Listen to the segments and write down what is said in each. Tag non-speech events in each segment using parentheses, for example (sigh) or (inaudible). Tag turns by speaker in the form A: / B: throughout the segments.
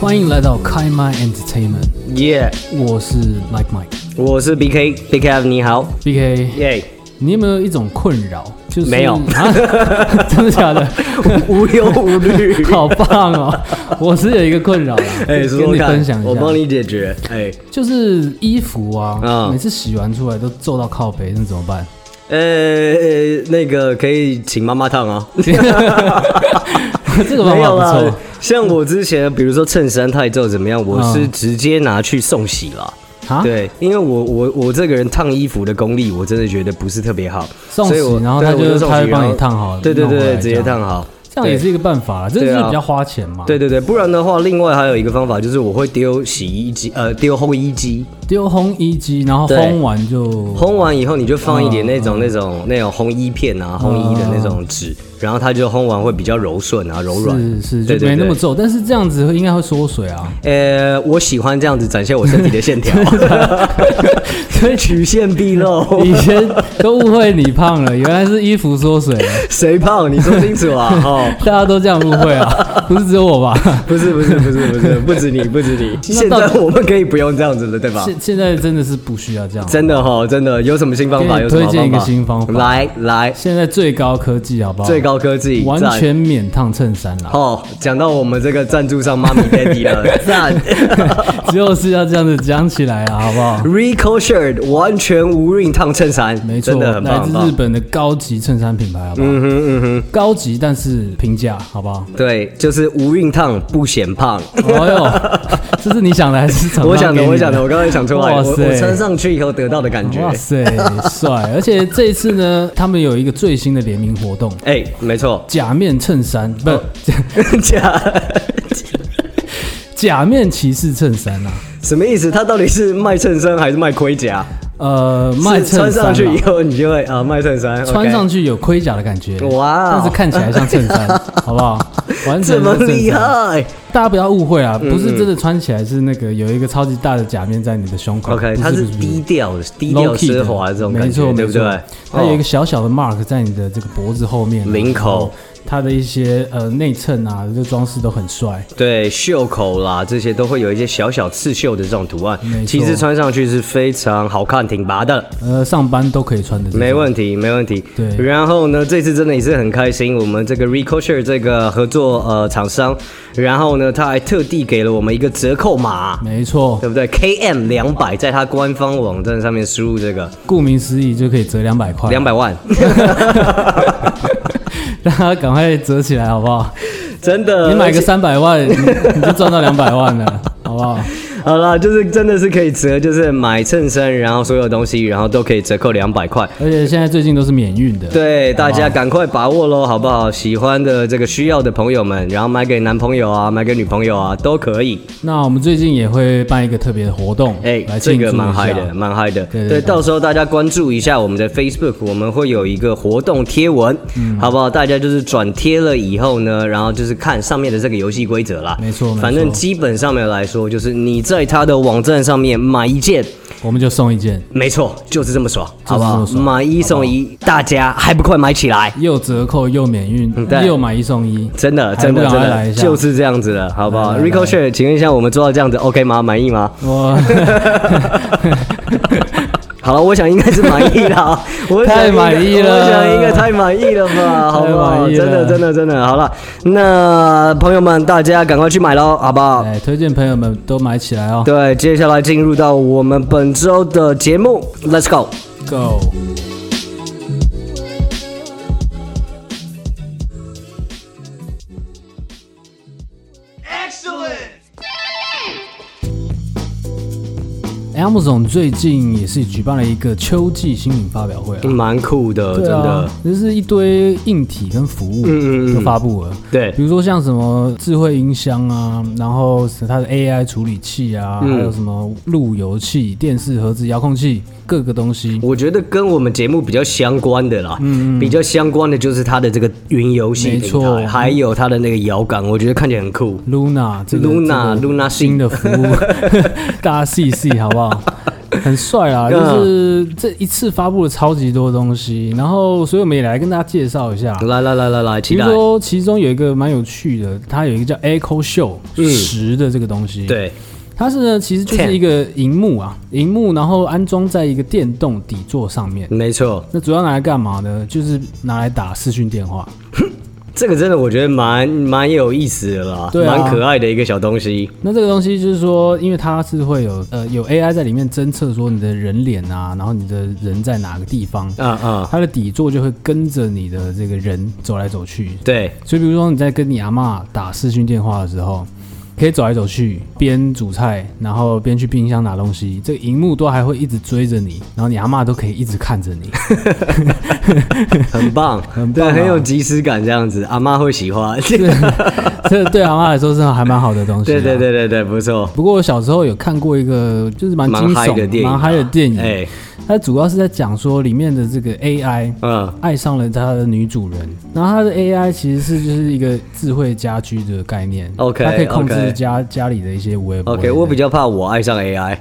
A: 欢迎来到开麦 Entertainment，
B: 耶、
A: 我是 Like Mike
B: 我是 B K B K F，你好，
A: BK。
B: 耶、
A: 你有没有一种困扰？就是
B: 没有
A: 啊， (laughs) 真的假
B: (laughs)
A: 的？，
B: (laughs) 无忧无虑
A: (laughs) 好棒哦！我是有一个困扰啦，啊
B: (laughs) 哎、说
A: 跟
B: 说
A: 你
B: 看，
A: 分享一下。
B: 我帮你解决，哎、
A: 就是衣服啊，
B: 嗯
A: 每次洗完出来都皱到靠背，那怎么
B: (laughs)
A: 办？
B: 呃、那个可以请妈妈烫啊，
A: 这个方
B: 没
A: 法
B: 有
A: 不
B: 啦
A: 错。，嗯
B: 像我之前，比如说衬衫太皱怎么样，我是直接拿去送洗了。
A: 啊
B: 对，因为我我我这个人烫衣服的功力，我真的觉得不是特别好，
A: 送洗
B: 所以我
A: 然后他
B: 对
A: 就
B: 我送洗
A: 他会帮
B: 然后
A: 你烫好
B: 对对
A: 弄回来
B: 对，直
A: 这
B: 接
A: 样
B: 烫好，
A: 这样也是一个办法啦，这就是
B: 对啊
A: 比较花钱嘛。
B: 对对对，不然的话，另外还有一个方法就是我会丢洗衣机，呃，丢烘衣机，
A: 丢烘衣机，然后
B: 对
A: 烘完就
B: 烘完以后你就放一点那
A: 哦
B: 种、那种那种烘衣片啊，烘衣的那种纸，然后它就烘完会比较柔顺啊，柔软。
A: 是是
B: 对
A: 就
B: 对
A: 没那么
B: 对
A: 皱，但是这样子会应该会缩水啊。
B: 呃，我喜欢这样子展现我身体的线
A: (laughs)
B: 条，
A: 所以
B: 曲线毕露。
A: (laughs) 以前都误会你胖了，原来是衣服缩水
B: (laughs)
A: 了，
B: 谁胖？你说清楚啊！哦，
A: 大家都这样误会
B: (laughs)
A: 啊， (laughs) 不是只有我吧？
B: 不是不是不是不是，不止你不
A: (laughs)
B: 止你，现
A: 到
B: 在
A: 底
B: 我们可以不用这样子了，对吧？
A: 现现在真的是不需要这样。
B: 真的哈、哦真的有什么新方法？
A: 给
B: 有
A: 你
B: 什么
A: 推荐一个
B: 方法
A: 新方法
B: 来来，
A: 现在最高科技好不好？
B: 最高科技，
A: 完
B: 赞
A: 全免烫衬衫
B: (laughs)
A: 啦，
B: 哦，讲到我们这个赞助商妈咪 daddy 了， (laughs) 赞
A: 就是要这样子讲起来啊啦，好不
B: (laughs)
A: 好？
B: Rico shirt 完全无印烫衬衫，
A: 没错，
B: 真的很
A: 来
B: 棒，
A: 自
B: 很
A: 日
B: 棒。
A: 本的高级衬衫品牌，好不好？嗯哼嗯哼，高级但是平价，好不
B: (laughs)
A: 好？
B: 对，就是无印烫不显胖。
A: 哎呦，这是你想的还是厂商
B: 我想的，
A: 给你
B: 我想的，我刚才想出来，
A: 哇
B: 我
A: 塞
B: 我穿上去以后得到的感觉
A: 哇。塞，帅！而且这一次呢，他们有一个最新的联名活动，，
B: 哎，没错 (laughs)
A: 假面衬衫不是假
B: 假
A: 假面骑士衬衫啊，
B: 什么意思？他到底是卖衬衫还是卖盔甲？
A: 呃，卖
B: 是
A: 衬
B: 穿
A: 衫啊
B: 上去以后，你就会啊卖衬衫，
A: (laughs) 穿上
B: 去
A: 去有盔甲的感觉，
B: (laughs) 哇哦
A: 但是看起来像衬
B: (laughs)
A: 衫，好不好？完全
B: 这么
A: 是
B: 厉
A: 衬衫，
B: 害。嗯
A: 大家不要误会啊，不是真的穿起来是那个有一个超级大的假面在你的胸口
B: OK，
A: 啊不
B: 它是
A: 不
B: 低调的，低
A: low
B: 调
A: key 的
B: 奢华的这种感
A: 没错
B: 觉，对
A: 没
B: 不
A: 错
B: 对？
A: 它有一
B: 哦
A: 个小小的 mark 在你的这个脖子后面啊，
B: 领口
A: 然后它的一些呃内衬啊，这装饰都很帅。
B: 哦对袖口啦，这些都会有一些小小刺绣的这种图案
A: 没错，
B: 其实穿上去是非常好看、挺拔的，
A: 呃，上班都可以穿的这种，
B: 没问题，没问题。
A: 对
B: 然后呢，这次真的也是很开心，我们这个 Recosher 这个合作呃厂商，然后呢，他还特地给了我们一个折扣码，
A: 没错，
B: 对不对？KM 两百，在他官方网站上面输入这个
A: 顾名思义就可以折两百块，
B: 两百万， (laughs)
A: (laughs) 让它赶快折起来好不好？
B: 真的，
A: 你买
B: 呃而
A: 个
B: 且
A: 三百万，你你就赚到两百万
B: (laughs)
A: 了，好不好？
B: 好啦，就是真的是可以折，就是买衬衫，然后所有东西，然后都可以折扣两百块。
A: 而且现在最近都是免运的，
B: 对，大家赶快把握喽，好不好？喜欢的这个需要的朋友们，然后买给男朋友啊，买给女朋友啊，都可以。
A: 那我们最近也会办一个特别的活动，
B: 哎、
A: 来
B: 这
A: 庆祝
B: 个
A: 一
B: 蛮
A: 下
B: 嗨。的，蛮嗨的。
A: 对对对
B: 到时候大家关注一下我们的 Facebook，我们会有一个活动贴文，
A: 嗯
B: 好不好？大家就是转贴了以后呢，然后就是看上面的这个游戏规则啦。
A: 没错没错
B: 反正基本上面来说，就是你在他的网站上面买一件，
A: 我们就送一件，
B: 没错，就是这么爽，
A: 就是这
B: 好
A: 么
B: 不好？
A: 爽
B: 买一送一，大家还不快买起来？
A: 又折扣又免运，
B: 嗯对
A: 又买一送一，
B: 真的，
A: 还不
B: 真的，
A: 赶
B: 真
A: 快来一
B: 的
A: 下
B: 就是这样子的，好不好
A: 来来来
B: ？Rico Share，请问一下，我们做到这样子 OK 吗？满
A: (laughs)
B: 意吗？ (laughs)
A: 我
B: 好了，我想应该是满意了
A: (laughs)
B: 啊，我想
A: 太
B: 应该
A: 满意了
B: 我想应该太满意了吧？好不
A: 太
B: 好？
A: 满意了
B: 真的，真的，真的，好了，那朋友们，大家赶快去买喽，好不好？
A: 哎，推荐朋友们都买起来哦
B: 对，接下来进入到我们本周的节目，Let's go。
A: ，Go！Amazon 最近也是举办了一个秋季新品发表会啊，
B: 蛮酷的，嗯真
A: 对
B: 的
A: 啊，，就是一堆硬体跟服务
B: 嗯嗯嗯
A: 都发布了。
B: 对
A: 比，如说像什么智慧音箱啊，然
B: 嗯
A: 后它的 AI 处理器啊，还有什么路由器、电视盒子、遥控器，各个东西。
B: 我觉得跟我们节目比较相关的啦，比较相关的就是它的这个云游戏
A: 嗯没
B: 平
A: 错
B: 台，还有它的那个摇杆，我觉得看起来很酷。
A: Luna 这个
B: Luna-
A: 这个
B: Luna
A: 新的服
B: (laughs)
A: 务，大家试一试好不好？很帅
B: 嗯
A: 啊！就是这一次发布了超级多东西，然后所以我们也来跟大家介绍一下。
B: 来来来来来，
A: 比
B: 期
A: 如
B: 待。
A: 说，其中有一个蛮有趣的，它有一个叫 Echo Show 十的这个东西。，
B: 嗯对，
A: 它是呢，其实就
B: Ten
A: 是一个荧幕啊，荧幕，然后安装在一个电动底座上面。
B: 没错，
A: 那主要拿来干嘛呢？就是拿来打视讯电话。
B: 这个真的我觉得蛮蛮有意思的啦，
A: 对啊
B: 蛮可爱的一个小东西。
A: 那这个东西就是说，因为它是会有呃有 AI 在里面侦测说你的人脸啊，然后你的人在哪个地方，
B: 啊啊，
A: 它的底座就会跟着你的这个人走来走去。
B: 对，
A: 所以比如说你在跟你阿嬷打视讯电话的时候，可以走来走去，边煮菜，然后边去冰箱拿东西，这个荧幕都还会一直追着你，然后你阿嬷都可以一直看着你。 (laughs)
B: 很棒，
A: 很棒
B: 对，
A: 啊
B: 很有即视感，这样子，阿妈会
A: (laughs)
B: 喜欢。
A: 这对阿嬷来说是还蛮好的东西、啊
B: 对对。对对对，不错，
A: 不过我小时候有看过一个就是蛮
B: 蛮
A: 惊
B: 嗨的
A: 悚、
B: 电影啊，
A: 蛮嗨的电影，
B: 哎，
A: 它主要是在讲说里面的这个 AI
B: 嗯，
A: 爱上了它的女主人，然后它的 AI 其实是就是一个智慧家居的概念
B: OK，
A: 它可以控制
B: OK
A: 家家里的一些微博。
B: OK，我比较怕我爱上 AI，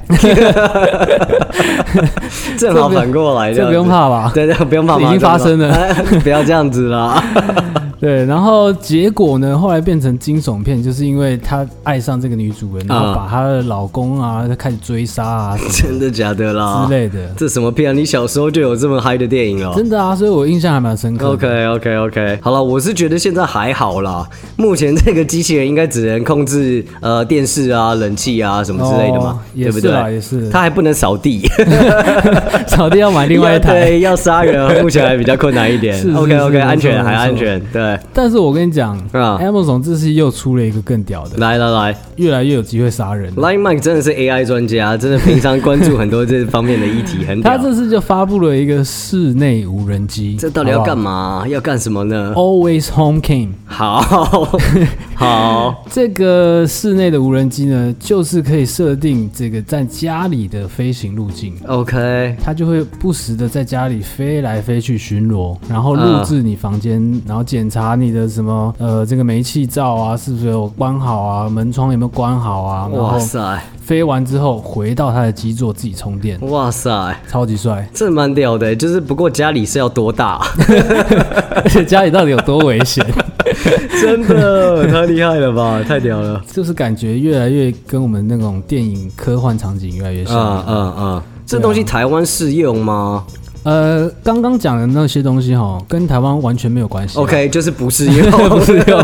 B: 正好反过来，
A: 这不用
B: 样子。
A: 怕吧？
B: (laughs) 对对，不用怕嘛，
A: 已经发生了
B: 哎， (laughs) 不要这样子啦。 (laughs)
A: 对，然后结果呢，后来变成惊悚片，就是因为她爱上这个女主
B: 啊
A: 人，然后把她的老公啊就开始追杀啊什
B: 真的假的
A: 么
B: 啦
A: 之？类的，
B: 这什么片啊？你小时候就有这么嗨的电影哦？
A: 真的啊，所以我印象还蛮深刻的。
B: OK OK OK，好了，我是觉得现在还好啦。目前这个机器人应该只能控制呃电视啊、冷气啊什么之类的嘛
A: 哦，也
B: 对不
A: 是啦
B: 对？
A: 也是 (laughs)
B: 它还不能扫地，
A: 扫地要买另外一
B: (laughs)
A: 台，
B: 对，要杀人啊目前还比较困难一
A: (laughs)
B: 点。
A: 是是
B: OK OK，
A: 是
B: 安
A: 没
B: 全
A: 错
B: 还
A: 没错
B: 安全，对。
A: 但是我跟你讲
B: 啊
A: ，Amazon 这次又出了一个更屌的，
B: 来来来
A: 越来越有机会杀人。
B: ，Line Mike 真的是 AI 专家，真的平常关注很多这方面的议题，很
A: 他
B: 屌。
A: 这次就发布了一个室内无人机，
B: 这到底要干
A: 嘛
B: 嘛？要干什么
A: 哦
B: 呢？
A: ？Always Home Cam
B: 好
A: (laughs)
B: 好，
A: 这个室内的无人机呢，就是可以设定这个在家里的飞行路径。
B: OK，
A: 它就会不时的在家里飞来飞去巡逻，然后
B: 嗯
A: 录制你房间，然后检查你的什么呃这个煤气罩啊是不是有关好啊，门窗有没有关好啊，然
B: 哇
A: 后
B: 塞，
A: 飞完之后回到它的基座自己充电，
B: 哇塞。
A: 超级
B: (laughs)。
A: 帅
B: 这蛮屌的，欸就是不过家里是要
A: (laughs)
B: 多大？
A: 而且家里到底有多危险？
B: 真
A: (laughs)
B: 的太厉害了吧，太屌了！
A: 就是感觉越来越跟我们那种电影科幻场景越来越像。
B: 嗯嗯
A: 啊
B: 嗯，这东西台湾适用吗
A: 呃，刚刚讲的那些东西哈，跟台湾完全没有关系。啊 (laughs)
B: ？OK，就是不适用，不适用，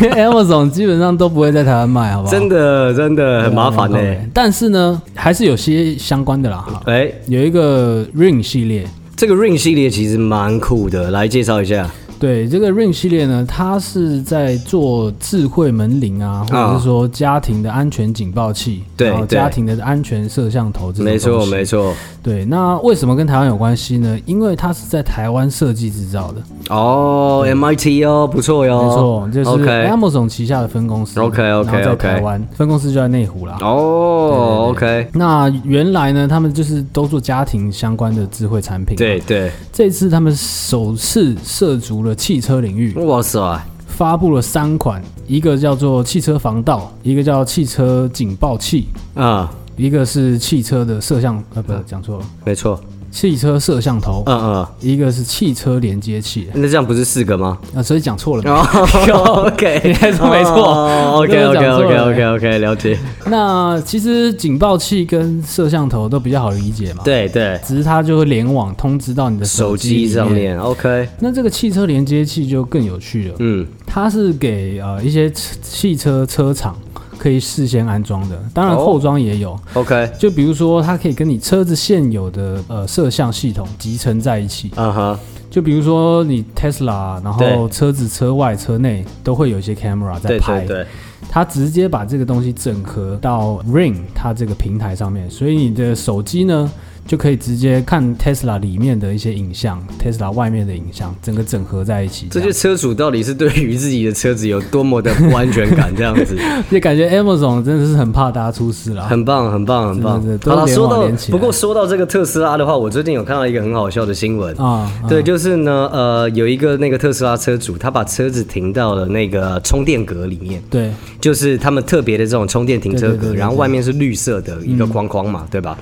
A: 因为 Amazon 基本上都不会在台湾卖，好不好？
B: (laughs) 真的真的很麻烦欸呢。
A: 对但是呢，还是有些相关的啦哈。
B: 哎，
A: 有一个 Ring 系列，
B: 这个 Ring 系列其实蛮酷的，来介绍一下。
A: 对这个 Ring 系列呢，它是在做智慧门铃啊，或者是说家庭的安全警报器，
B: 对
A: 然后
B: 对
A: 家庭的安全摄像头这种
B: 没错
A: 东西
B: 没错，
A: 对，那为什么跟台湾有关系呢？因为它是在台湾设计制造的，
B: 哦，MIT 哦，不错哟，
A: 没错，就是
B: OK。
A: Amazon 旗下的分公司。
B: OK，OK，OK
A: 然后在台湾分公司就在内湖啦。
B: 哦，OK，
A: 那原来呢，他们就是都做家庭相关的智慧产品。，
B: 对对，
A: 这次他们首次涉足了汽车领域，
B: 哇塞，
A: 发布了三款，一个叫做汽车防盗，一个叫汽车警报器，
B: 嗯，
A: 一个是汽车的摄像，呃，不，讲错了，
B: 没错，
A: 汽车摄像头，
B: 嗯嗯，
A: 一个是汽车连接器，
B: 那这样不是四个吗？
A: 啊，所以讲错了嘛。
B: (laughs) 哦，OK，哦
A: 你还说没错
B: (laughs) ，OK
A: 你
B: OK
A: 真的讲错
B: OK
A: 了
B: OK OK，了解。
A: 那其实警报器跟摄像头都比较好理解嘛，，
B: 对对，
A: 只是它就会联网通知到你的
B: 手
A: 机
B: 机
A: 里
B: 上。面嗯 OK，
A: 那这个汽车连接器就更有趣了，
B: 嗯，
A: 它是给呃一些汽汽车车厂可以事先安装的，当然
B: 哦
A: 后装也有。
B: ，OK，
A: 就比如说，它可以跟你车子现有的呃摄像系统集成在一起。
B: 嗯哼，
A: 就比如说你 Tesla，然后
B: 对
A: 车子车外车内都会有一些 camera 在
B: 对
A: 拍。
B: 对对，
A: 它直接把这个东西整合到 Ring 它这个平台上面，所以你的手机呢就可以直接看 Tesla 里面的一些影像，Tesla 外面的影像，整个整合在一起
B: 这
A: 这样。
B: 些车主到底是对于自己的车子有多么的不安全感？这样 (laughs) 子，
A: 也感觉 Amazon 真的是很怕大家出事啦。
B: 很棒，很棒，很棒
A: 真的。是
B: 好了，
A: 都联
B: 说
A: 网
B: 到
A: 连起来
B: 不过说到这个特斯拉的话，我最近有看到一个很好笑的新闻
A: 啊
B: (laughs)
A: 啊
B: 对，就是呢，呃，有一个那个特斯拉车主，他把车子停到了那个充电格里面。
A: 对，
B: 就是他们特别的这种充电停
A: 对
B: 车
A: 对对
B: 格，
A: 对
B: 然后外面是绿色的一个框框嘛，对吧？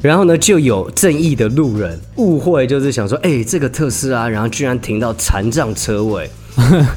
B: 然后呢，就有正义的路人误会，就是想说，哎、这个特斯拉，然后居然停到残障
A: (laughs)
B: 车位。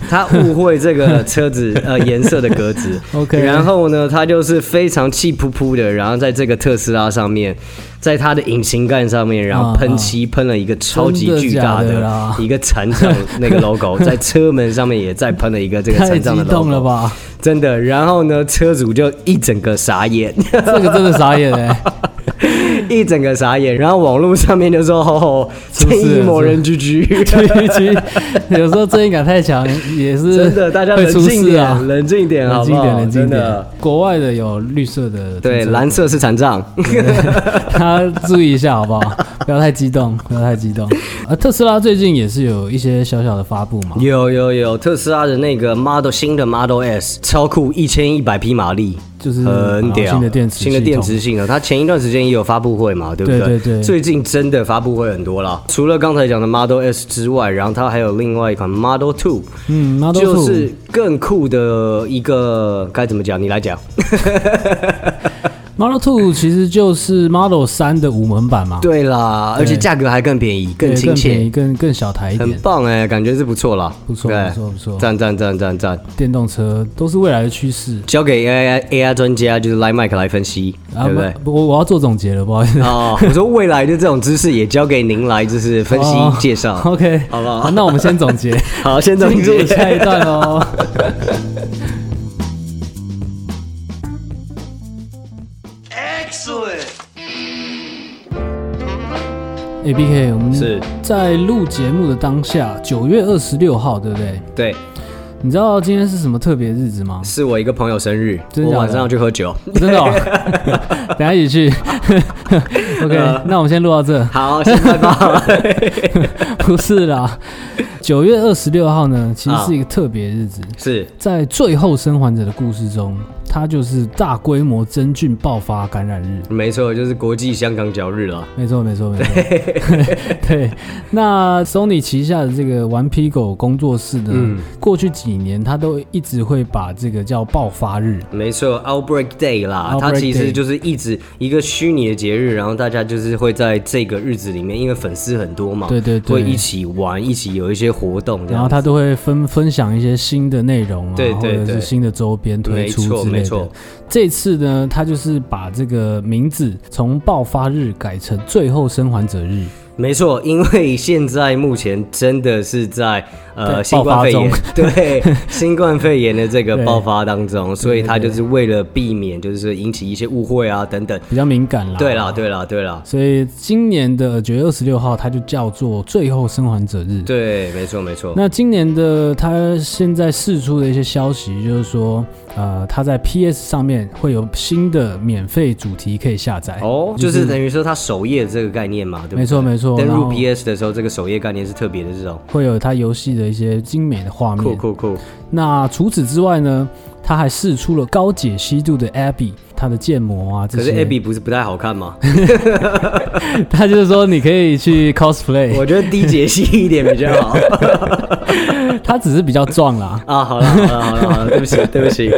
B: 他误会这个车子呃颜色的格子
A: (laughs) OK
B: 然后呢，他就是非常气扑扑的，然后在这个特斯拉上面，在它的引擎盖上面，然后
A: 啊
B: 喷
A: 啊
B: 漆喷了一个超级
A: 真的
B: 巨
A: 假
B: 大
A: 的
B: 的
A: 啦
B: 一个残障那个
A: (laughs)
B: logo，在车门上面也再喷了一个这个
A: 太
B: 残障
A: 激
B: 的 logo
A: 动。了吧？
B: 真的。然后呢，车主就一整个傻眼，
A: 这个真的傻眼哎、
B: (laughs) 一整个傻眼。然后网络上面就说：“哦，
A: 是
B: 正
A: 不是
B: 义某人
A: (laughs)
B: 居居。
A: 其实有时候正义感太强也”是
B: 真的，大家
A: 会
B: 冷
A: 出
B: 静
A: 事啊
B: 点，。 (laughs) 冷静点，
A: 冷
B: 好不
A: 静一
B: 好？
A: 点，冷静一
B: 真
A: 点
B: 的。。
A: 国外的有绿色的，嗯
B: 对，蓝色是残障，
A: 他注意一下好不 (laughs) 好？不要太激动，不要太激动。啊，特斯拉最近也是有一些小小的发布嘛，
B: (laughs) 有有有，特斯拉的那个 Model 新的 Model S 超酷，一千一百匹马力，
A: 就是
B: 很
A: 啊
B: 屌，
A: 新的电池系统，
B: 新的电池系统。它前一段时间也有发布会嘛，对不
A: 对对对
B: 最近真的发布会很多啦，除了刚才讲的 Model S 之外，然后它还有另外一款 Model Two，
A: 嗯，Model
B: 就
A: Two，
B: 是更酷的一个，该怎么讲？你来讲。
A: 啊 Model Two 其实就是 Model 三的五门版嘛，
B: 对啦，而且价格还更便宜，
A: 对，
B: 更亲
A: 更便
B: 切，
A: 宜，更更小台一
B: 很
A: 点，
B: 棒哎、感觉是不错啦，
A: 不错
B: 对
A: 不错不错
B: 赞赞赞赞赞，
A: 电动车都是未来的趋势。
B: 交给 AI AI 专家就是 Line Mike 来分析，
A: 啊
B: 对不对？
A: 不，我我要做总结了，不好意思，
B: 哦，我说未来的这种知识也交给您来，就是分析
A: 哦
B: 介绍。
A: (laughs) OK，
B: 好不好
A: 那我们先总结，
B: 好，先总
A: 进
B: 结
A: 入下一段哦。A B K，我们
B: 是
A: 在录节目的当下，九月二十六号，对不对？
B: 对，？
A: 你知道今天是什么特别日子吗
B: 是我一个朋友生日，
A: 真的
B: 我
A: 假的
B: 晚上要去喝酒。
A: 真的、哦，等一下一起去。OK，、那我们先录到这。
B: 好，先拜拜。
A: (laughs) 不是啦，九月二十六号呢，其实
B: 啊
A: 是一个特别日子。
B: 是
A: 在最后生还者的故事中，它就是大规模真菌爆发感染日。
B: 没错，就是国际香港脚日了。
A: 没错，没错，没错。 (laughs) 对，那 Sony 旗下的这个顽皮狗工作室呢，
B: 嗯
A: 过去几年它都一直会把这个叫爆发日，
B: 没错，Outbreak Day 啦
A: Outbreak
B: 它其实
A: Day
B: 就是一直一个虚拟的节日，然后大家就是会在这个日子里面，因为粉丝很多嘛，
A: 对对对
B: 会一起玩，一起有一些活动这
A: 然
B: 样
A: 后
B: 子。
A: 它都会分分享一些新的内容啊，
B: 对对
A: 或者
B: 对
A: 是新的周边推出
B: 没错
A: 之类
B: 没
A: 的
B: 错。
A: 这次呢，它就是把这个名字从爆发日改成最后生还者日。
B: 没错，因为现在目前真的是在呃
A: 在
B: 新冠
A: 爆发
B: 肺
A: 中
B: 炎 (laughs) 对新冠肺炎的这个
A: 对
B: 爆发当中，所
A: (laughs)
B: 以
A: 对
B: 它
A: 对
B: 就是为了避免就是引起一些误会啊等等。
A: 比较敏感啦。
B: 对啦，对啦，对啦，
A: 所以今年的九月二十六号，它就叫做最后生还者日。
B: 对，没错没错。
A: 那今年的它现在释出的一些消息，就是说，呃，它在 PS 上面会有新的免费主题可以下载。
B: 哦，就是等于说它首页这个概念嘛，对不对？
A: 没错没错
B: 登
A: 然
B: 入
A: 后
B: PS 的时候，这个首页概念是特别的这种，
A: 会有它游戏的一些精美的画面。
B: 酷酷酷，
A: 那除此之外呢，它还释出了高解析度的 Abby，它的建模啊这
B: 可
A: 些。(laughs)
B: 是 Abby 不是不太好看吗？
A: 它就是说你可以去 cosplay，
B: (laughs) 我觉得低解析一点比较
A: (laughs)
B: 好
A: 它只是比较壮啦。
B: 啊。好了好了好了好了，对不起对
A: (laughs)
B: 不起，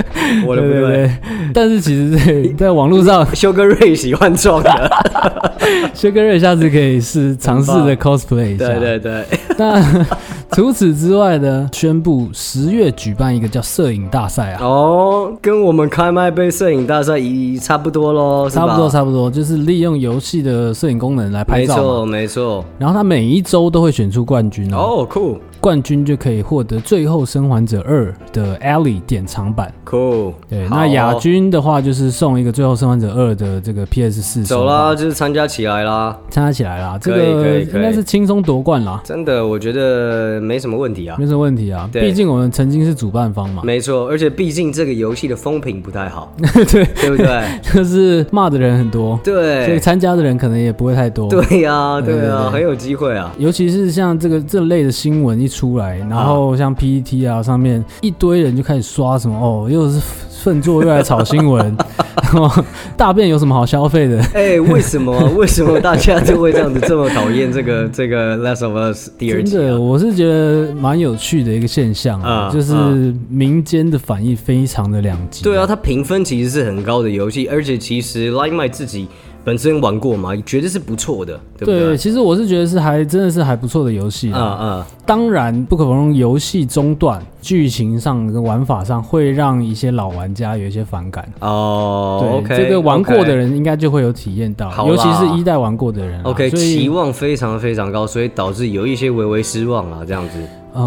B: 我的不
A: 对
B: (laughs) 对。
A: 对，但是其实
B: (laughs)
A: 在在网络上，
B: 修哥瑞喜欢撞
A: (laughs) 啊
B: 的，
A: 薛哥瑞下次可以试尝试着 cosplay 一下。
B: 对对对，
A: 那除此之外呢，宣布十月举办一个叫摄影大赛啊，
B: 哦，跟我们开麦杯摄影大赛一差不多喽，是吧
A: 差不多差不多，就是利用游戏的摄影功能来拍
B: 没
A: 照嘛。
B: 错没错，
A: 然后他每一周都会选出冠军哦。
B: 哦酷，
A: 冠军就可以获得《最后生还者二》的 Ellie 典藏版。
B: ，Cool，
A: 对，
B: 好哦
A: 那亚军的话就是送一个《最后生还者二》的这个 PS 四，
B: 走啦，，就是参加起来啦。
A: 参加起来啦，这
B: 可以可
A: 个
B: 以可
A: 应
B: 以
A: 该是轻松夺冠啦，
B: 真的，我觉得没什么问题啊。
A: 没什么问题啊，
B: 对
A: 毕竟我们曾经是主办方嘛，
B: 没错，而且毕竟这个游戏的风评不太
A: (laughs)
B: 好，
A: 对，
B: 对不对？
A: 就是骂的人很多，所以
B: 对，
A: 参加的人可能也不会太多，
B: (laughs) 对呀、对
A: 对
B: 呀、
A: 对
B: 很有机会啊。
A: 尤其是像这个这类的新闻一出来，然后像 PPT 啊上面一堆人就开始刷什么哦，又是粪作又来炒新闻， (laughs) 然后大便有什么好消费的？
B: 哎、为什么 (laughs) 为什么大家就会这样子这么讨厌这个 (laughs) 这个《Last of Us》第二
A: 真
B: 季
A: 的，
B: 啊？
A: 我是觉得蛮有趣的一个现象啊，
B: 啊
A: 就是民间的反应非常的两极。
B: 对啊，它评分其实是很高的游戏，而且其实 Line My 自己本身玩过嘛，觉得是不错的，对不
A: 对
B: 对？
A: 其实我是觉得是还真的是还不错的游戏
B: 啊
A: 啊。
B: 啊，
A: 当然，不可否认，游戏中断剧情上跟玩法上会让一些老玩家有一些反感。
B: 哦
A: 对
B: ，OK，
A: 这个玩过的
B: OK。
A: 人应该就会有体验到，
B: 好啦
A: 尤其是一代玩过的人啊。
B: OK，
A: 所
B: 期
A: 以
B: 望非常非常高，所以导致有一些微微失望啊，这样子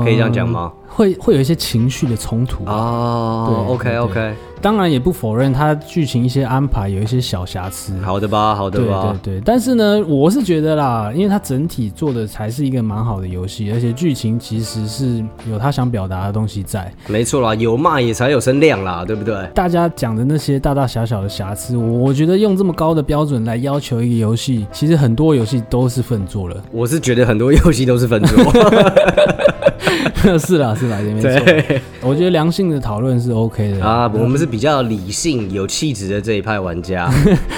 B: 可以这样讲？吗？
A: 呃会会有一些情绪的冲突啊。
B: 哦
A: 对
B: ，OK
A: 对
B: OK，
A: 当然也不否认它剧情一些安排有一些小瑕疵。
B: 好的吧，好的
A: 对
B: 吧
A: 对，对，但是呢，我是觉得啦，因为它整体做的才是一个蛮好的游戏，而且剧情其实是有它想表达的东西在。
B: 没错啦，有骂也才有声量啦，对不对？
A: 大家讲的那些大大小小的瑕疵，我我觉得用这么高的标准来要求一个游戏，其实很多游戏都是笨做了。 (laughs)
B: 我是觉得很多游戏都是分桌，
A: 是啦是啦，也没错。
B: 对
A: 我觉得良性的讨论是 OK 的。
B: 啊，我们是比较理性、有气质的这一派玩
A: (laughs)
B: 家，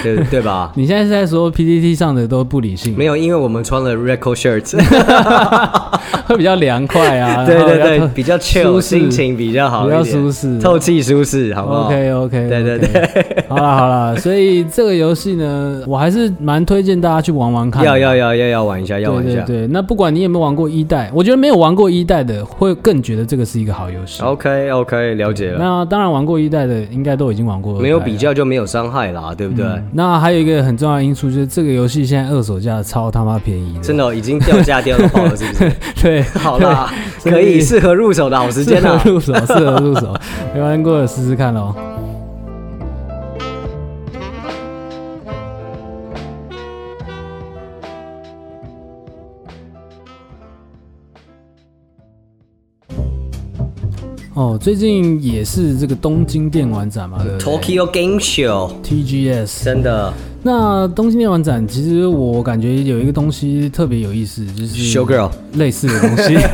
B: 对对吧？
A: 你现在是在说 PPT 上的都不理性，
B: 没有，因为我们穿了 record shirt，
A: (laughs) 会比较凉快啊？
B: (laughs) 对对
A: 然
B: 对
A: 后，
B: 比较
A: 舒
B: chill，
A: 适
B: 心情比较好一
A: 比较
B: 点，
A: 舒适
B: 透气舒适，好不好
A: OK OK，
B: 对对
A: 对， (laughs) 好了好了，所以这个游戏呢，我还是蛮推荐大家去玩玩看。
B: 要要要要要玩一下，要
A: 对
B: 玩一
A: 对
B: 下。
A: 对，那不管你有没有玩过一代，我觉得没有玩过一代的会更觉得这个是一个好游
B: 哦
A: 戏。
B: OK OK，了解了，
A: 那当然玩过一代的应该都已经玩过二代了，
B: 啊没有比较嗯就没有伤害啦，对不对？
A: 那还有一个很重要的因素就是这个游戏现在二手价超他妈便宜的，
B: 真的哦已经掉价掉到爆了，是不
A: (laughs)
B: 是？
A: 对，
B: 好啦，
A: 所以
B: 可以适合入手的好 (laughs) 时间
A: 适
B: 啊啦
A: 合。
B: (laughs)
A: 入手，适合入手，没玩过的试试看喽。哦，最近也是这个东京电玩展嘛对不对
B: Tokyo Game Show，
A: TGS，
B: 真的
A: 那东京电玩展，其实我感觉有一个东西特别有意思，就是
B: Showgirl
A: 类似的东西。
B: (laughs)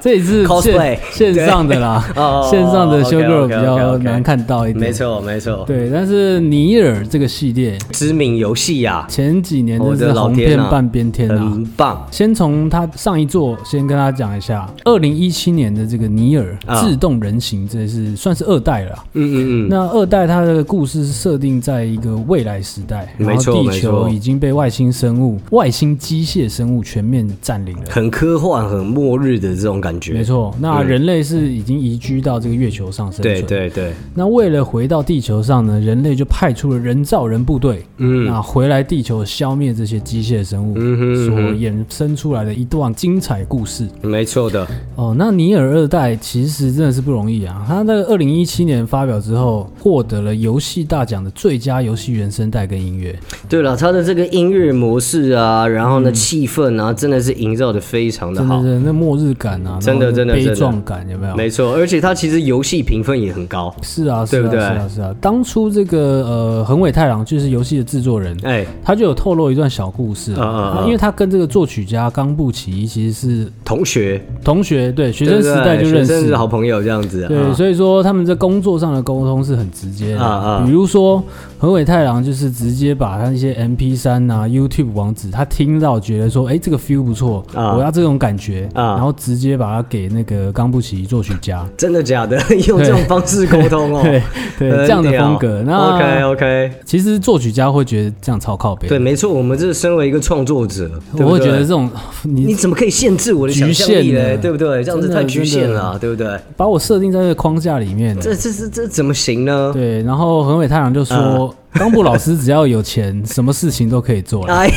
A: 这也是
B: Cosplay，
A: 线线上的啦 (laughs)
B: 哦，
A: 线上的 showgirl
B: OK，OK，OK，OK 嗯
A: 比较难看到一点。
B: 没，错没错，
A: 对。但是尼尔这个系列
B: 知名游戏呀、
A: 前几年
B: 我
A: 真
B: 的
A: 是
B: 老
A: 红
B: 天
A: 遍
B: 啊
A: 半边天啊！
B: 很棒。
A: 先从他上一座先跟大家讲一下，二零一七年的这个尼尔
B: 啊
A: 自动人形，这是算是二代了啊。
B: 嗯嗯嗯，
A: 那二代它的故事是设定在一个未来时代，然
B: 没错
A: 后
B: 没
A: 地球
B: 错
A: 已经被外星生物、外星机械生物全面占领了。
B: 很科幻、很末日的这种感觉。
A: 没，错，那人类是已经移居到这个月球上生存。
B: 嗯对。对对，
A: 那为了回到地球上呢，人类就派出了人造人部队，
B: 嗯，
A: 那回来地球消灭这些机械生物，
B: 嗯哼嗯哼
A: 所衍生出来的一段精彩故事。
B: 没错的。
A: 哦，那尼尔二代其实真的是不容易啊！他在二零一七年发表之后，获得了游戏大奖的最佳游戏原声带跟音乐。
B: 对了，它的这个音乐模式啊，然后呢，气氛啊，真的是营造的非常的
A: 嗯真的
B: 好。
A: 是那末日感啊，
B: 真的
A: 然后那
B: 真的
A: 悲壮感有没有？
B: 没错，而且它其实游戏评分也很高。
A: 是啊，是
B: 对
A: 啊，
B: 不对
A: 是啊，是啊。当初这个呃，横尾太郎就是游戏的制作人，
B: 哎，
A: 他就有透露一段小故事啊、
B: 嗯嗯嗯
A: 因为他跟这个作曲家冈部启一其实是
B: 同学，
A: 同学，对学生
B: 学
A: 时代就认
B: 学生
A: 识
B: 是，好朋友这样子啊。
A: 对，所以说他们在工作上的沟通是很直接的。
B: 啊啊
A: 比如说横尾太郎就是直接把他一些 MP 3啊、YouTube 网址，他听到觉得说，哎，这个 feel 不错，
B: 啊
A: 我要这种感觉，
B: 啊
A: 然后直接把它给那个冈部奇作曲家。
B: 真的假的？ (laughs) 用这种方式沟通哦。
A: (laughs) 对对，
B: 很
A: 这样的
B: 屌
A: 风格。那
B: OK OK，
A: 其实作曲家会觉得这样超靠背。
B: 对，，没错，我们这身为一个创作者，对
A: 我
B: 不
A: 会
B: 对
A: 觉得这种 (laughs)
B: 你
A: 你
B: 怎么可以限制我的想象力
A: 局限
B: 呢
A: 了？
B: 对不对？这样子
A: 真的
B: 太局限
A: 真的
B: 了，啊对不对？
A: 把我设定在这个框架里面，
B: 这这这这怎么行呢？啊
A: 对，然后横尾太郎就说。冈部老师只要有钱，什么事情都可以做
B: (laughs)
A: 了。
B: 哎，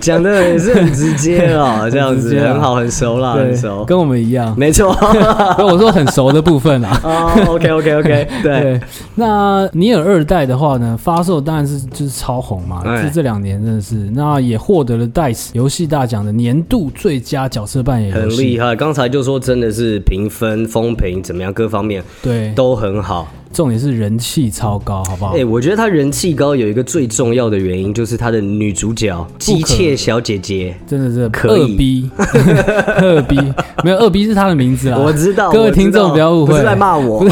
B: 讲的也是很直接哦，这样
A: (laughs) 很直
B: 子
A: 接啊
B: 很好，很熟啦，很熟，
A: 跟我们一样。
B: 没
A: (laughs)
B: 错。
A: 所以我说很熟的部分啦。
B: (laughs) 哦，OK OK
A: (laughs)
B: OK，对，，
A: 那尼尔二代的话呢，发售当然是就是超红嘛，
B: 哎
A: 是这两年真的是，那也获得了 DICE 游戏大奖的年度最佳角色扮演
B: 很
A: 游戏，
B: 厉害。刚才就说真的是评分、风评怎么样，各方面
A: 对，
B: 都很好。
A: 重点是人气超高，好不好？
B: 哎、我觉得她人气高有一个最重要的原因，就是她的女主角机械小姐姐。
A: 真的是
B: 可以
A: 二逼， (laughs) 二逼，没有二逼是他的名字啦。
B: (laughs) 我知道，
A: 啊各位
B: 我知道
A: 听众不要误会啊
B: 不是在骂我，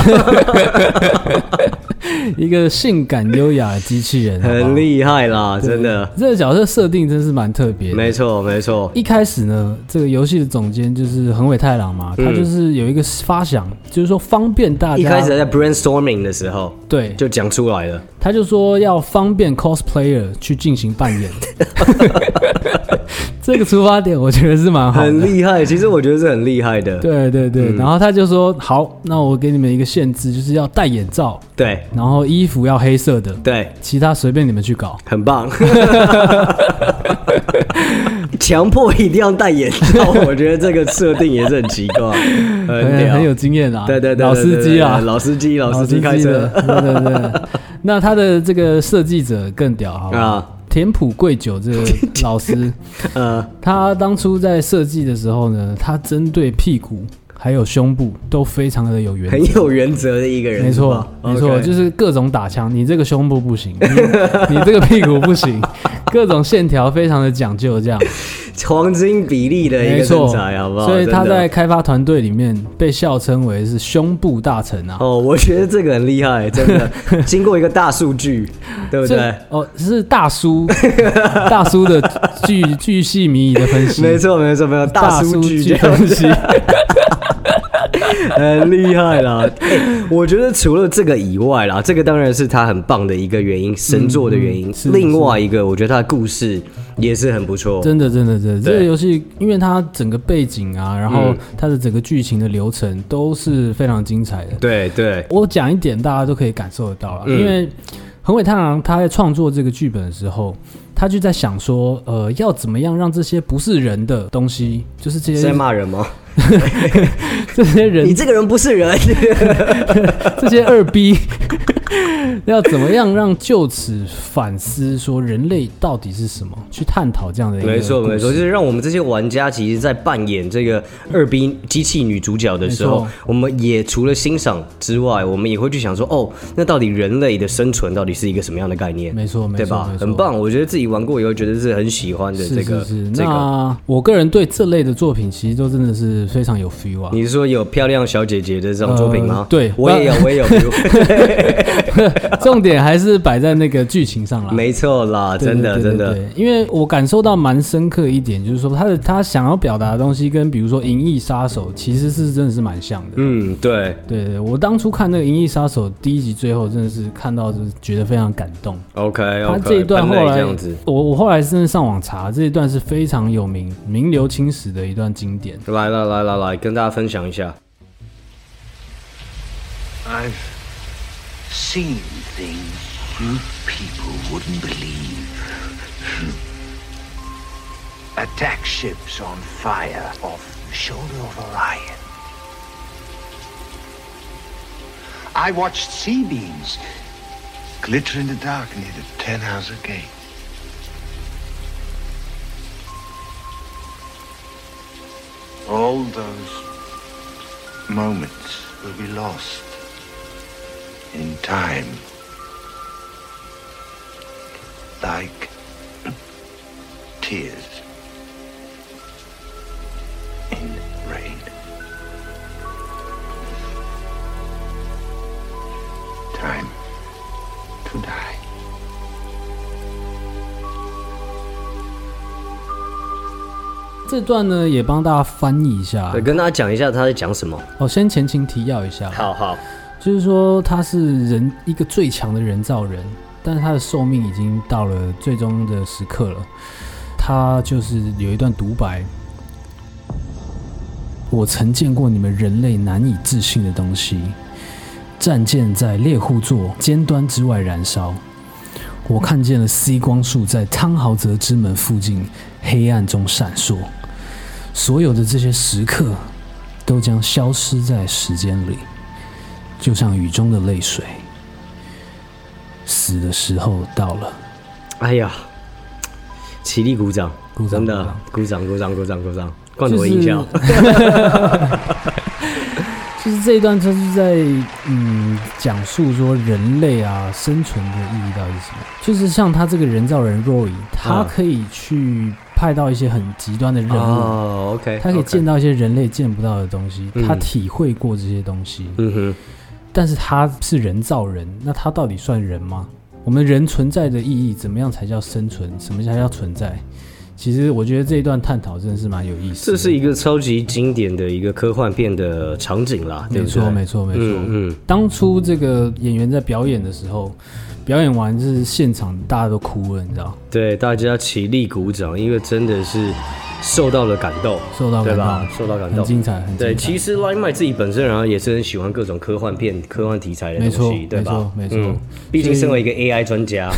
A: 一个性感优雅的机器人，好不好
B: 很厉害啦，真的，
A: 这个角色设定真是蛮特别的。
B: 没错没错，
A: 一开始呢，这个游戏的总监就是横尾太郎嘛，他就是有一个发想，就是说方便大家。
B: 嗯一开始在 brainstorming 的时候
A: 对，
B: 就讲出来了，
A: 他就说要方便 cosplayer 去进行扮演。 (laughs) 这个出发点我觉得是蛮好的。
B: 很厉
A: (laughs)
B: 嗯害。其实我觉得是很厉害的，
A: 对对对，然后他就说好，那我给你们一个限制，就是要戴眼罩，
B: 对
A: 然后衣服要黑色的，
B: 对，
A: 其他随便你们去搞。(laughs)
B: 很棒。强迫一定要戴眼
A: (laughs)
B: 罩，我觉得这个设定也是很奇怪，很
A: 很
B: 屌
A: 很。有经验啊，
B: 对对对，
A: 老司机
B: 啊，
A: 啊，
B: 老司机，老司机开
A: 的
B: 车，
A: 对对
B: (laughs)
A: 对。那他的这个设计者更屌，好吧？
B: 啊，
A: 田浦贵久这个老师，
B: 呃，
A: 他当初在设计的时候呢，他针对屁股还有胸部都非常的有原则
B: 很。有原则的一个人，
A: 没
B: 是
A: 错
B: 吧，
A: 没错
B: OK
A: 就是各种打枪，你这个胸部不行，你 (laughs) 你这个屁股不行，各种线条非常的讲究，这样
B: 黄金比例的一
A: 没
B: 个身
A: 错，
B: 材，好不好？
A: 所以他
B: 真的
A: 在开发团队里面被笑称为是胸部大臣啊。
B: 哦，我觉得这个很厉害，
A: (laughs)
B: 真的，经过一个大数据，对不
A: 这
B: 对？
A: 哦，是大叔， (laughs) 大叔的巨巨细靡遗的分析，
B: 没错，没错，没错，
A: 大
B: 数
A: 据
B: 据这样
A: 分析， (laughs)
B: 很厉害啦、欸我觉得除了这个以外啦，这个当然是他很棒的一个原因，神作的原因。
A: 嗯是
B: 另外一个，我觉得他的故事也是很不错。
A: 真的真的真的，这
B: 对嗯
A: 个游戏因为它整个背景啊，然后它的整个剧情的流程都是非常精彩的。
B: 对嗯对，
A: 我讲一点，大家都可以感受得到了，因为横尾太郎他在创作这个剧本的时候。他就在想说，呃，要怎么样让这些不是人的东西，就是这
B: 是在
A: 些
B: 骂人吗？
A: (laughs) 这些人
B: 你这个人不是人。 (laughs)
A: 这些二逼 (laughs) 要怎么样让就此反思，说人类到底是什么，去探讨这样的一个
B: 没错
A: 故事
B: 没错，就是让我们这些玩家，其实在扮演这个二逼机器女主角的时候
A: 没错，
B: 我们也除了欣赏之外，我们也会去想说，哦，那到底人类的生存到底是一个什么样的概念？
A: 没错没错
B: 对吧
A: 没？错
B: 很棒，我觉得自己玩过以后，觉得是很喜欢的
A: 是
B: 这个
A: 是是，
B: 这个。
A: 那我个人对这类的作品其实都真的是非常有 feel 啊。
B: 你是说有漂亮小姐姐的这种作品吗
A: 呃？对
B: 我也有，我也有。
A: (laughs) (laughs) 重点还是摆在那个剧情上啦。
B: 没错啦，
A: 对
B: 真的
A: 对对
B: 真
A: 对
B: 的，
A: 对因为我感受到蛮深刻一点，就是说他的他想要表达的东西跟比如说《银翼杀手》其实是真的是蛮像的。
B: 嗯，对
A: 对对，我当初看那个《银翼杀手》第一集最后，真的是看到就是觉得非常感动。
B: ，OK
A: 他
B: OK。
A: 这一段后
B: 喷泪这
A: 来
B: 样子，，
A: 我我后来真的上网查，这一段是非常有名、名留青史的一段经典。
B: 来来来来来，跟大家分享一下。
C: I've seen things you people wouldn't believe. (laughs) Attack ships on fire off the shoulder of Orion. I watched sea beams glitter in the dark near the Ten Hauser Gate. All those moments will be lost in time. Like tears in rain. Time to die.
A: 这段呢也帮大家翻译一下
B: 对，。跟大家讲一下他在讲什么。
A: 哦，先前情提要一下，
B: 好好，
A: 就是说他是人一个最强的人造人，但是他的寿命已经到了最终的时刻了。他就是有一段独白。我曾见过你们人类难以置信的东西，战舰在猎户座尖端之外燃烧。我看见了 C 光束在汤豪泽之门附近黑暗中闪烁。所有的这些时刻都将消失在时间里，就像雨中的泪水。死的时候到了。
B: 哎呀，起立鼓掌，
A: 鼓掌哎
B: 真的鼓掌，鼓掌，鼓掌，鼓掌，罐头音效。
A: 就是这一段，就是在嗯讲述说人类啊生存的意义到底是什么。就是像他这个人造人 Roy，他
B: 嗯
A: 可以去派到一些很极端的任务，
B: 哦，OK，
A: 他可以
B: OK
A: 见，到一些人类见不到的东西，
B: 嗯
A: 他体会过这些东西，
B: 嗯哼，
A: 但是他是人造人，那他到底算人吗？我们人存在的意义，怎么样才叫生存？什么才叫存在？其实我觉得这一段探讨真的是蛮有意思
B: 这
A: 的。
B: 是一个超级经典的一个科幻片的场景啦，对
A: 没
B: 不对？
A: 错，没错，没错。
B: 嗯嗯，
A: 当初这个演员在表演的时候，表演完就是现场大家都哭了，你知道，
B: 对，大家起立鼓掌，因为真的是受到了感动，
A: 受到
B: 对
A: 感
B: 吧
A: 动，？
B: 受到感
A: 很
B: 动，
A: 精彩，很精彩。
B: 对，其实 Line m 自己本身然后也是很喜欢各种科幻片、科幻题材的
A: 没
B: 东
A: 错
B: 西，对吧？
A: 没错没错
B: 嗯毕竟身为一个 AI
A: (laughs)
B: 专家，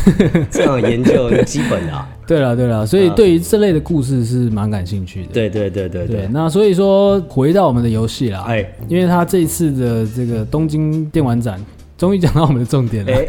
B: 这种研究基本啊。
A: 对了对了，所以对于这类的故事是蛮感兴趣的。
B: 对对对对
A: 对，
B: 对，
A: 那所以说回到我们的游戏啦，
B: 哎
A: 因为他这一次的这个东京电玩展，终于讲到我们的重点了。
B: 哎，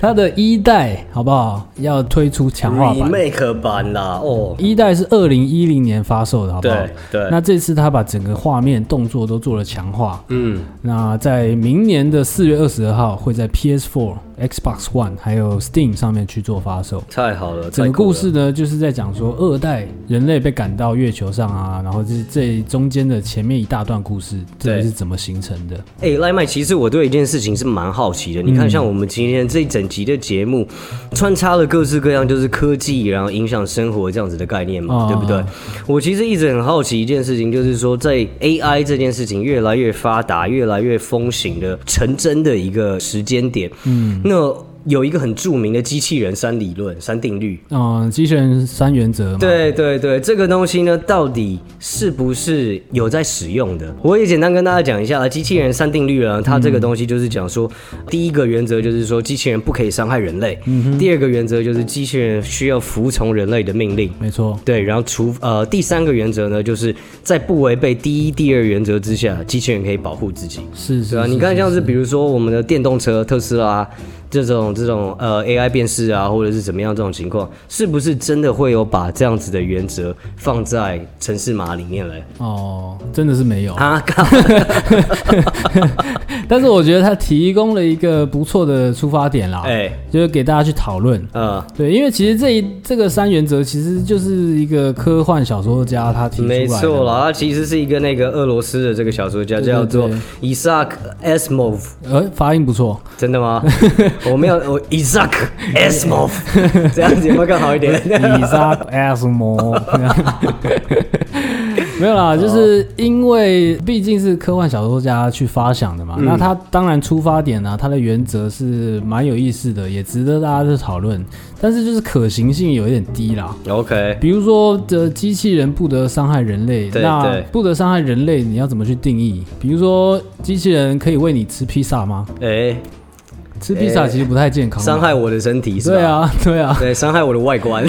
A: 它的一代好不好？要推出强化版。
B: remake 版啦，哦，
A: 一代是二零一零年发售的，好不好？
B: 对对
A: 那这次他把整个画面、动作都做了强化。
B: 嗯，
A: 那在明年的四月二十二号，会在 PS4、Xbox One 还有 Steam 上面去做发售。
B: 太好了，
A: 整
B: 太
A: 个
B: 酷
A: 故
B: 了
A: 事呢，就是在讲说二代人类被赶到月球上啊，然后这这中间的前面一大段故事，这
B: 对
A: 是怎么形成的？
B: 哎、赖麦，其实我对一件事情是蛮好奇
A: 嗯
B: 的。你看，像我们今天这一整集的节目，穿插了各式各样，就是科技，然后影响生活这样子的概念嘛，
A: 啊
B: 对不对？我其实一直很好奇一件事情，就是说，在 AI 这件事情越来越发达、越来越风行的成真的一个时间点，嗯，那有一个很著名的机器人三理论、三定律，
A: 嗯，机器人三原则嘛，，
B: 对对对，这个东西呢，到底是不是有在使用的？我也简单跟大家讲一下啊，机器人三定律啊，它这个东西就是讲说，第一个原则就是说机器人不可以伤害人类，第二个原则就是机器人需要服从人类的命令。
A: 没错，
B: 对，然后除呃第三个原则呢，就是在不违背第一、第二原则之下，机器人可以保护自己。
A: 是是
B: 对啊，你看像是比如说我们的电动车特斯拉啊这种这种呃 AI 辨识啊，或者是怎么样这种情况，是不是真的会有把这样子的原则放在城市码里面嘞？
A: 哦，真的是没有。 (laughs)
B: 啊，靠！
A: 但是我觉得它提供了一个不错的出发点啦，
B: 哎
A: 就是给大家去讨论。
B: 呃，
A: 对，因为其实这一这个三原则其实就是一个科幻小说家他提出来的，
B: 没错啦，它其实是一个那个俄罗斯的这个小说家
A: 对
B: 叫做
A: 对
B: Isaac Asimov，
A: 呃，发音不错，
B: 真的
A: (laughs)
B: 吗？我没有，我 Isaac Asimov，这样子有没有更好一点？
A: (laughs)
B: (laughs)
A: 以撒 S 摩， (laughs) 没有
B: 哦
A: 啦，就是因为毕竟是科幻小说家去发想的嘛，
B: 嗯
A: 那他当然出发点呢、啊，他的原则是蛮有意思的，也值得大家去讨论，但是就是可行性有一点低啦。
B: OK，
A: 比如说，这机器人不得伤害人类，
B: 对
A: 那
B: 对
A: 不得伤害人类，你要怎么去定义？比如说，机器人可以喂你吃披萨吗？
B: 哎、
A: 吃披萨
B: 诶
A: 其实不太健康嘛，
B: 哎伤害我的身体是吧？
A: 对，啊，对啊，
B: 对，伤害我的外
A: (laughs)
B: 观。 (laughs)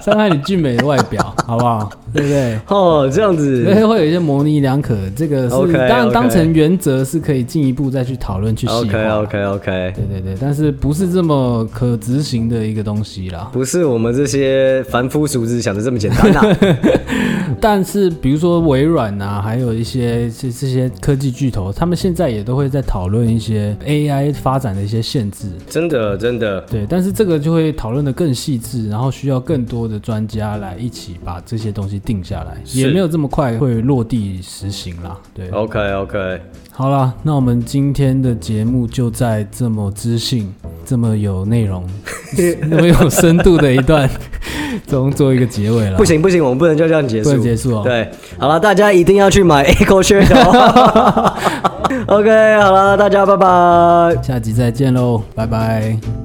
A: 伤害你俊美的外表，好不好？对不对？
B: 哦，这样
A: 所以
B: 子。
A: 会有一些模棱两可，这个是
B: OK，
A: 当
B: OK
A: 当成原则是可以进一步再去讨论去细化。
B: OK OK OK，
A: 对对对，但是不是这么可执行的一个东西啦。
B: 不是我们这些凡夫俗子想的这么简单
A: (laughs)
B: 啊。
A: 但是比如说微软啊，还有一些这这些科技巨头，他们现在也都会在讨论一些 AI 发展的一些限制。
B: 真的真的，
A: 对，但是这个就会讨论的更细致，然后需要更多的专家来一起把这些东西定下来，
B: 是
A: 也没有这么快会落地实行啦。对，
B: OK OK，
A: 好啦，那我们今天的节目就在这么知性、这么有内
B: (laughs)
A: 容、那么有深度的一段中做一个结尾了。
B: 不，行不行，我们不能就这样结
A: 不
B: 束
A: 能。结束哦。，
B: 对，好了，大家一定要去买 Echo
A: (laughs)
B: Shirt 哦。OK，好了，大家拜拜。
A: 下集再见喽，拜拜。